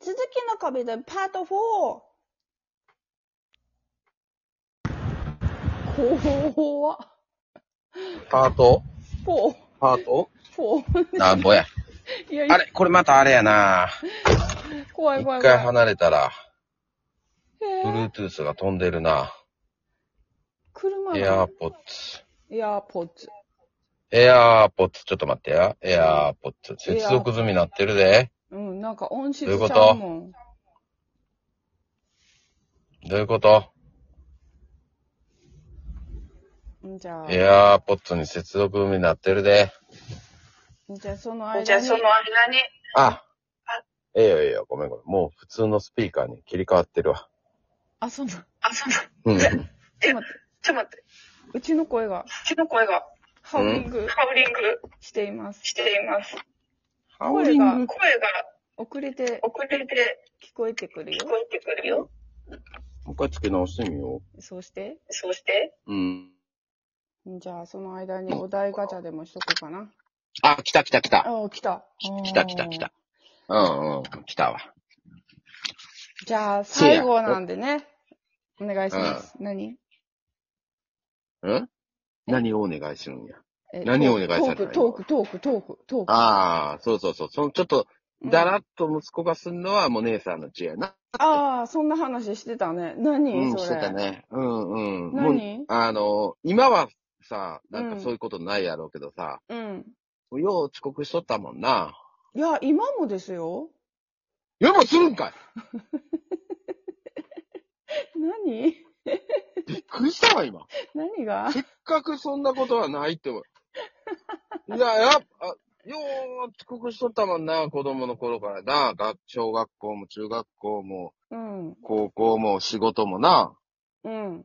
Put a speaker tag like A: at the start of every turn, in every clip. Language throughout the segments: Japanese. A: 続きの壁でパート4。怖っ。
B: パート
A: 4。
B: パート
A: 4。
B: なんぼや。
A: いやい
B: あ
A: や、
B: れこれまたあれやな
A: 怖い
B: 一
A: 怖い
B: 回
A: 怖い。
B: 離れたら、
A: えー
B: Bluetooth が飛んでるな。
A: 車
B: エアーポッツ。
A: エアーポッツ。
B: エアーポッツ。ちょっと待ってや。エアーポッツ。接続済みなってるで。
A: うん、なんか音質
B: どういうこ
A: ち
B: と
A: ゃうもん。
B: どういうこと
A: うんじゃ
B: エアーポッツに接続済みなってるで。
A: あ、じゃあその
C: じゃ
A: 間
C: あ
A: に
C: その間に、
B: あええよええよ。ごめんごめん。もう普通のスピーカーに切り替わってるわ。
A: あ、そうなん。ちょ
C: あ、その、
B: うん。
A: っと待って。
C: ちょっと待って、
A: うちの声が
C: うちの声が
A: ハウリング
C: ハウリング
A: しています。
C: しています。
B: ハ
A: ウリン
C: 声が
A: 遅れて
C: 遅れて
A: 聞こえてくる
C: 聞
A: よ。
C: こえてくるよ。
B: もう一回付け直してみよ
A: そうして。
C: そして、
B: う。うん。
A: じゃあ、その間にお題ガチャでもしとこうかな。
B: あ、来た来た来た。
A: ああ、来た。
B: 来た来た来
A: あ
B: た。うんうん。来たわ。
A: ー。じゃあ、最後なんでね。お願いします。何
B: ん何をお願いするんや。
A: え
B: 何をお願い
A: トー
B: されたの
A: トーク、トーク、トーク、トーク、トーク。
B: ああ、そうそうそう。そのちょっと、
A: うん
B: だらっと息子がすんのはもう姉さんの知恵やな。
A: ああ、そんな話してたね。何、
B: うん、し
A: そ
B: て
A: れ。
B: たね。うんうん。もう
A: 何
B: あの、今はさ、なん
A: う
B: か
A: ん
B: そういうことないやろうけどさ、
A: うん。
B: よう遅刻しとったもんな。
A: いや、今もですよ。
B: よもするんかい
A: 何
B: びっくりしたわ、今。
A: 何が
B: せっかくそんなことはないって思う。いや、やっぱ、よう遅刻しとったもんな、子供の頃からな。学小学校も中学校も、
A: うん。
B: 高校も仕事もな。
A: うん。
B: うん。
A: で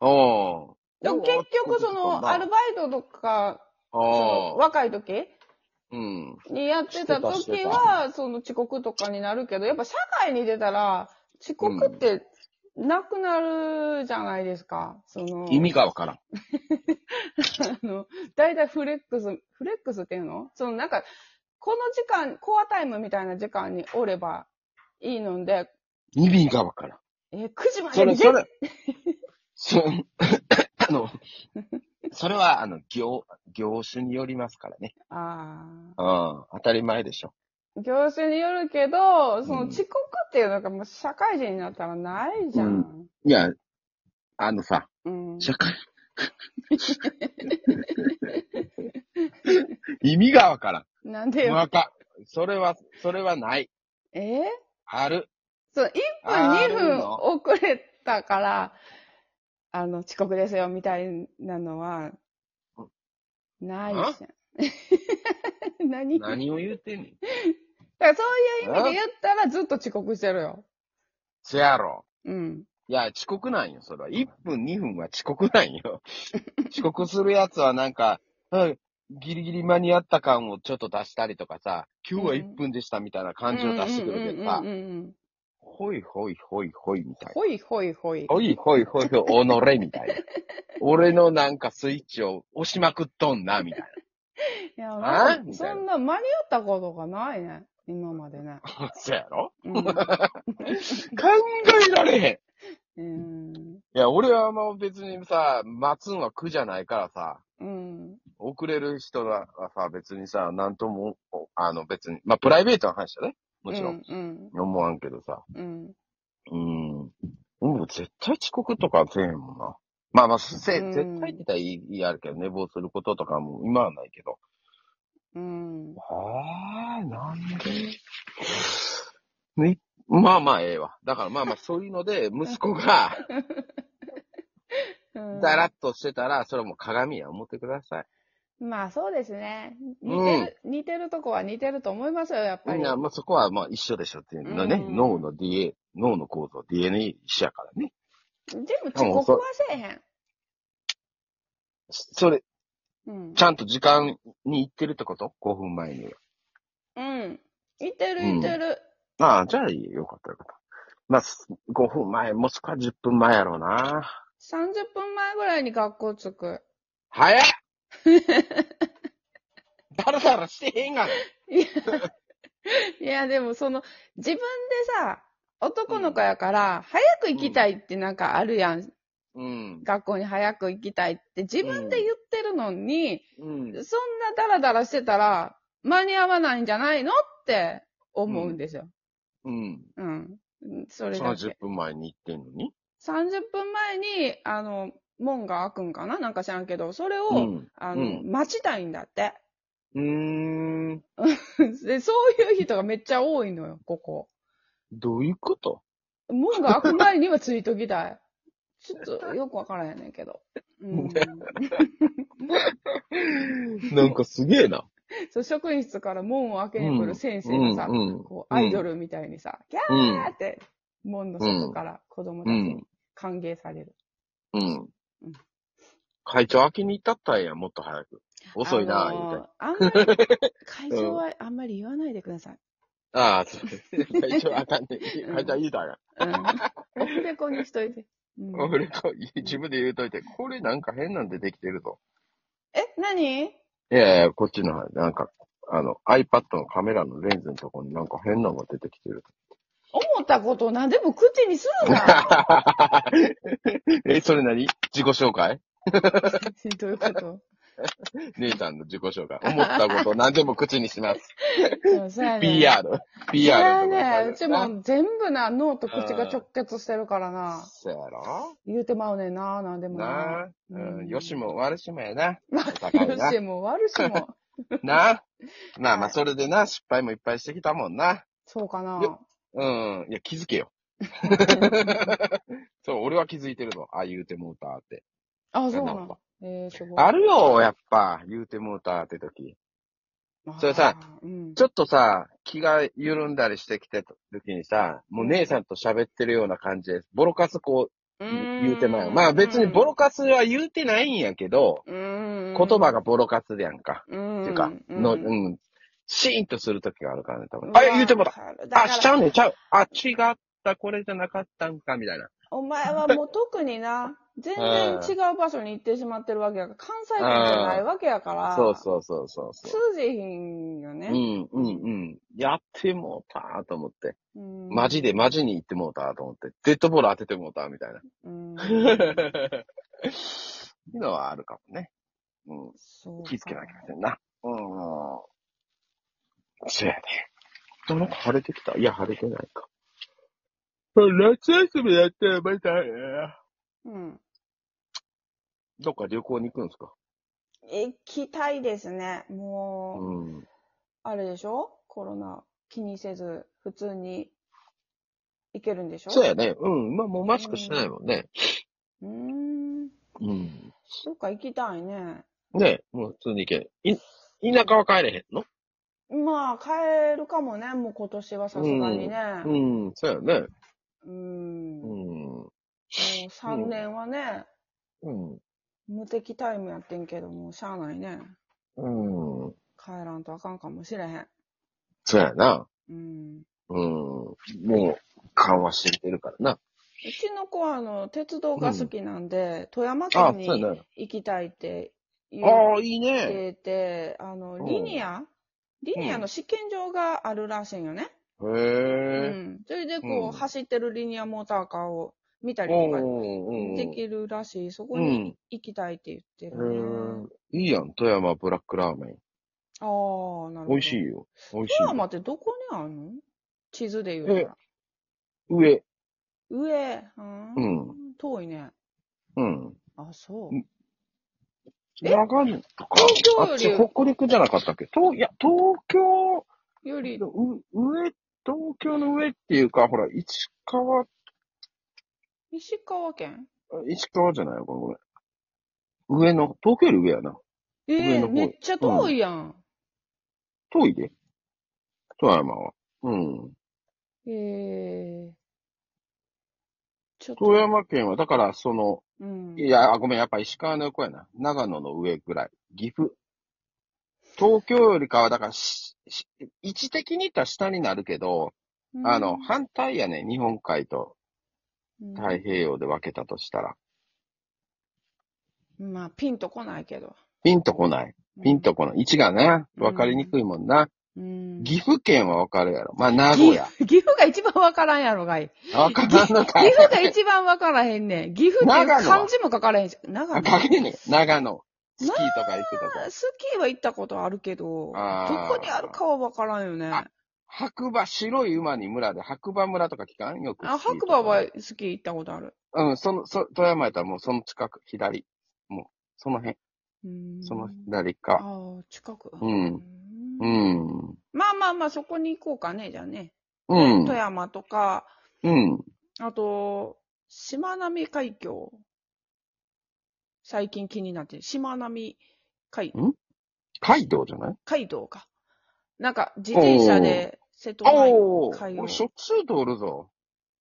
A: も結局、その、アルバイトとか、その
B: ああ。
A: 若い時
B: うん。
A: にやってた
B: してたし
A: 時
B: て
A: は、その遅刻とかになるけど、やっぱ社会に出たら、遅刻ってなくなるじゃないですか。その、
B: 意味がわから
A: あ
B: ん。
A: の、だいたいフレックス、フレックスっていうのそのなんか、この時間、コアタイムみたいな時間におればいいので、
B: 意味がわからん。
A: えー9時ま
B: そ
A: で
B: れ、
A: に
B: そ
A: 絶
B: れ、そ あの、それは、あの、業、業種によりますからね。
A: あ
B: うん。当たり前でしょ。
A: あ。業種によるけど、その
B: うん
A: 遅刻っていうのがもう社会人になったらないじゃん。
B: いや、あのさ、
A: うん。
B: 社会。意味がわから
A: なんで
B: ん。
A: よ。
B: わか。それは、それはない。
A: えー
B: ある。
A: そう、1分、
B: あ
A: 2
B: る
A: 分
B: の
A: 遅れたから、あの、遅刻ですよ、みたいなのは、ないじゃん。 何だか
B: 何を言うてんねん。
A: らそういう意味で言ったらずっと遅刻してるよ。
B: せやろ。
A: うん。
B: いや、遅刻なんよ、それは。1分、2分は遅刻なん よ。遅刻するやつはなんか、うんギリギリ間に合った感をちょっと出したりとかさ、今日は1分でしたみたいな感じを出してくるけどさ
A: うん、うんうんうんうん。
B: ほいほいほいほいみたいな。
A: ほいほいほい。
B: ほいほいほいほい、おのれみたい な。俺のなんかスイッチを押しまくっとんな、みたい
A: いや、
B: あ
A: なんか
B: みたい
A: そ
B: なん
A: な間に合ったことがないね。今までね。
B: な。そやろ
A: うん。
B: 考えられへ
A: う
B: ん。
A: ん。
B: いや、俺はもう別にさ、待つんは苦じゃないからさ、
A: うん。
B: 遅れる人はさ、別にさ、なんとも、あの別に、まあプライベートの話だね。もちろん。。
A: うん。
B: 思わんけどさ。
A: うん。
B: うん。もう絶対遅刻とかせえへんもんな。まあまあ、せ、
A: うん
B: 絶対って言ったら言い言いあるけど、寝坊することとかも今はないけど。
A: うん。
B: ああ、なんでね、まあまあええわ。だからまあまあ、そういうので、息子が、
A: うん。
B: だらっとしてたら、それはもう鏡や思ってください。
A: まあそうですね。似
B: うん
A: てる、似てるとこは似てると思いますよ、やっぱ
B: い
A: り。
B: や、まあ、そこはまあ一緒でしょっていうのはね、
A: うん
B: 脳の DA、脳の構造、DNA 一緒やからね。
A: でも遅刻はせえへん。
B: それ、
A: うん
B: ち。ゃんと時間に行ってるってこと ?5 分前には。
A: うん。似てる
B: うん
A: 似てる。
B: ああ、じゃあいいよ、よかったよかった。まあ、す5分前、もしくは10分前やろうな。
A: 30分前ぐらいに学校着く。
B: 早 っだらだらしてへんがな。
A: いやいや、でもその、自分でさ、男の子やから、早く行きたいってなんかあるやん。
B: うん。
A: 学校に早く行きたいって自分で言ってるのに、
B: うん。
A: そんなダラダラしてたら、間に合わないんじゃないのって思うんですよ。
B: うん。
A: うん。うんそれだけ
B: 30。分前に行ってんのに。
A: 30分前に、あの、門が開くんかななんか知らんけど、それを、
B: うん。
A: あの、
B: うん
A: 待ちたいんだって。
B: うーん。
A: で、そういう人がめっちゃ多いのよ、ここ。
B: どういうこと
A: 門が開く前にはついときたい。ちょっとよくわからへんねんけど。 うん。
B: なんかすげえな。
A: そう、職員室から門を開けに来る先生がさ、
B: うんうん
A: こう、アイドルみたいにさ、キ
B: う
A: ャー
B: ん。
A: って、門の外から子供た
B: う
A: ちに
B: ん。
A: 歓迎される。
B: うん
A: うん。
B: 会長開けに行ったったんや、もっと早く。遅いな、
A: あ
B: 言うて。
A: のーあんま り、会長はあんまり言わないでください。
B: ああ、そう です。会長あかんね。会長言うたら。
A: うん。オフレコにしといて。うん
B: 俺こう自分で言うといて、これなんか変なんでできてるぞ。
A: え、何
B: いやいや、こっちの、なんか、あの、iPad のカメラのレンズのとこになんか変なのが出てきてる。
A: 思ったことを何でも口にするな。
B: え、それ何自己紹介
A: どういうこと
B: 姉ちゃんの自己 紹介。思ったこと何でも口にします。
A: そうそうやねん。
B: PR。
A: い
B: PR
A: や
B: のとこ
A: ね、うちも全部な、脳と口
B: 口
A: が
B: が
A: 直
B: 直
A: 結してるからな。
B: そうやろ
A: 言うてまうねんな、なんでも
B: な
A: な。
B: あ。うん、よしも悪しもやな。
A: ま
B: お
A: あ、
B: 互い
A: よ
B: な
A: し。も悪し も。
B: なあ。まあま
A: はい
B: あ、それでな、失敗もいっぱいしてきたもんな。
A: そうかな。
B: ようん。いや、気づけよ。そう、俺は気づいてるぞ。あ、言うてもうたって。
A: あ、そうな
B: なん
A: の
B: か。
A: えー、すごい。
B: あるよ、やっぱ。言うてもうたって時。
A: あー
B: それさ、
A: うん
B: ちょっとさ、気が緩んだりしてきてた時にさ、もう姉さんと喋ってるような感じで、ボロカスこう、言うてまうよ。まあ別にボロ、カスは言うてないんやけど、
A: 言
B: 言葉が、ボロカスでやんか。
A: うん
B: っていうか、の、う
A: うん
B: ん。シーンとする時があるからね、多分。あ、言うてもうた。
A: わかるだ
B: あ、
A: から
B: しちゃうね、ちゃう。あ、違った、これじゃなかったんか、みたいな。
A: お前はもう特にな、全然違う場所に行ってしまってるわけやから、関西圏じゃないわけやから、
B: そうそうそうそうそう。
A: 通じひんよ
B: う
A: ね。
B: ん、うん、うん。やってもうたと思って。
A: うん
B: マジでマジに行ってもうたと思って。デッドボール当ててもうたみたいな。
A: うん。
B: いうのはあるかもね。う。
A: そうんか
B: 気付けなきゃいけないな。うん。そうやね。あなんか晴れてきたいや、晴れてないか。夏休みやったらまた、
A: うん。
B: どっか旅行に行くんですか
A: 行きたいですね。もう、
B: うん。
A: あれでしょコロナ気にせず、普通に行けるんでしょ
B: そうやね。うん。まあもうマスクしてないもんね。
A: うーん。
B: うん。
A: どっか行きたいね。
B: ねえ、もう普通に行ける。い、田舎は帰れへんの
A: まあ、帰るかもね。もう今年はさすがにね。
B: うん、そうやね。
A: うん。
B: う。
A: もうん3年はね、
B: うん。
A: 無敵タイムやってんけども、しゃあないね。
B: うん。
A: 帰らんとあかんかもしれへん。
B: そうやな。
A: うん。
B: うん。もう、緩和してきてるからな。
A: うちの子は、あの、鉄道が好きなんで、富山
B: あ
A: 県
B: そうや
A: に
B: ね。
A: 行きたいって言っ
B: ああ、いいね。
A: てて、あの、
B: うん
A: リニアリニアの試験場があるらしいんよね。
B: へ
A: う
B: え。
A: ん。それで、こ
B: うん
A: う、走ってるリニアモーターカーを見たり
B: お
A: と
B: う
A: か
B: んうんうん。
A: できるらしい。そこに行きたいって言ってるね。
B: うん。へえ。いいやん、富山ブラックラー
A: ああ、な
B: メン。
A: るほど。
B: 美味しいよ。美味しい
A: 富山
B: よ。
A: ってどこにあるの地図で言うたら。
B: 上。
A: 上、うん
B: うん。
A: 遠いね。
B: うん。
A: あ、そう。
B: うん長野とか。
A: 東京
B: あ
A: よ
B: っ
A: り
B: ち北陸じゃなかったっけ東、いや、東京
A: より、
B: のう上、東京の上っていうか、ほら、市川、
A: 石川県
B: 石川じゃないよ、これ。これ上の、東京より上やな。
A: え
B: 上
A: え
B: の方
A: めっちゃ遠いやん。
B: 遠いで。富山は。うん。
A: ええちょっと。
B: 富山県は、だから、その、
A: うん。
B: いや、あごめん、やっぱ石川の横やな。長野の上ぐらい。岐阜。東京よりかは、だからし、し位置的に言ったら下になるけど、
A: うん、
B: あの、反対やね、日本海と
A: うん、
B: 太平洋で分けたとしたら。
A: まあ、ピンとこないけど。
B: ピンとこない。ピンとこない。位置がな、分かりにくいもんな。
A: うん。
B: 岐阜県はわかるやろ。まあ、名古屋。
A: 岐阜が一番わからんやろがい。
B: わからんのか
A: 岐
B: い。
A: 阜が一番わからへんねん。岐阜って
B: 長野は
A: 漢字も書かれへんし。長
B: あ、
A: 野。
B: かけねえ。長野。スキーとか行くとか。
A: スキーは行ったことあるけど、ど
B: あー
A: こにあるかはわからんよね。
B: あ白馬、白い馬に村で白馬村とか聞かんよく。
A: あ、白馬は。スキー行ったことある。
B: うん、その、そ、富山やったらもうその近く、左。もう、その辺、その左
A: ああ
B: か。
A: ー、近く。
B: うんう
A: うん
B: ん。
A: まあまあまあ、そこに行こうかね、じゃあね。
B: うん
A: 富。山とか、
B: うん。
A: あと、しまなみ海峡。最近気になってる。しまなみ海
B: ん街道じゃない
A: 海道か。なんか、自転車で瀬戸内、自
B: おお
A: 街
B: ー
A: 道
B: 俺しょっちゅう通るぞ。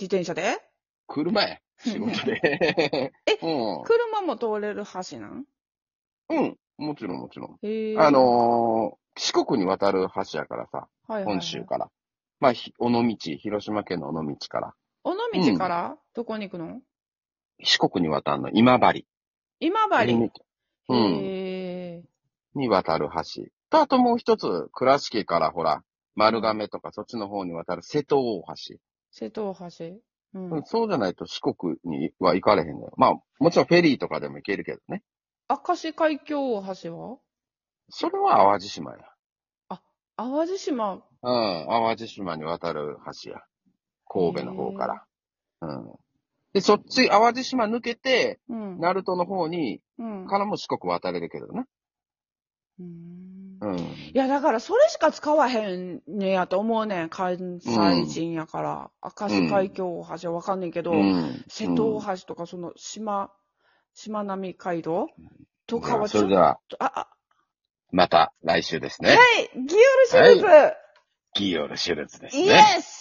A: 転車で
B: 車や。仕事で。
A: え
B: う
A: 車も通れる橋なん
B: ん。うん。もちろんもちろん。
A: へー
B: あ、のー四国に渡る橋やからさ、
A: はいはいはい
B: 本州。から。まあ、ひ尾道、広島県の尾道から。
A: 尾道からどこに行くの
B: 四国に渡るの、今治。
A: 今治。
B: うん。
A: へ
B: に渡る橋。と、あともう一つ、倉敷からほら、丸亀とかそっちの方に渡る瀬戸大橋。
A: ー瀬戸大橋。う
B: うんん、。そうじゃないと四国には行かれへんのよ。まあ、もちろんフェリーとかでも行けるけどね。
A: 明石海峡大橋は
B: それは淡路島や。
A: 淡路島。
B: うん、淡路島に渡る橋や。神戸の方から。うん。で、そっち、淡路島抜けて、
A: うん。
B: 鳴門の方に、
A: うん。
B: からも四国渡れるけどね。
A: うん
B: うん。
A: いや、だから、それしか使わへんねやと思うねん。関西人やから。明石海峡大橋はわかんねんけど、
B: うん。
A: 瀬戸大橋とか、その、島、島並海道とか
B: うん
A: はち
B: そ
A: ょ
B: れ
A: っ
B: で
A: と、
B: は、
A: あ、あ、
B: また来週です
A: は
B: ね。
A: いギオルシュループ、
B: ギーオルシュルツです
A: イ
B: ね。
A: エス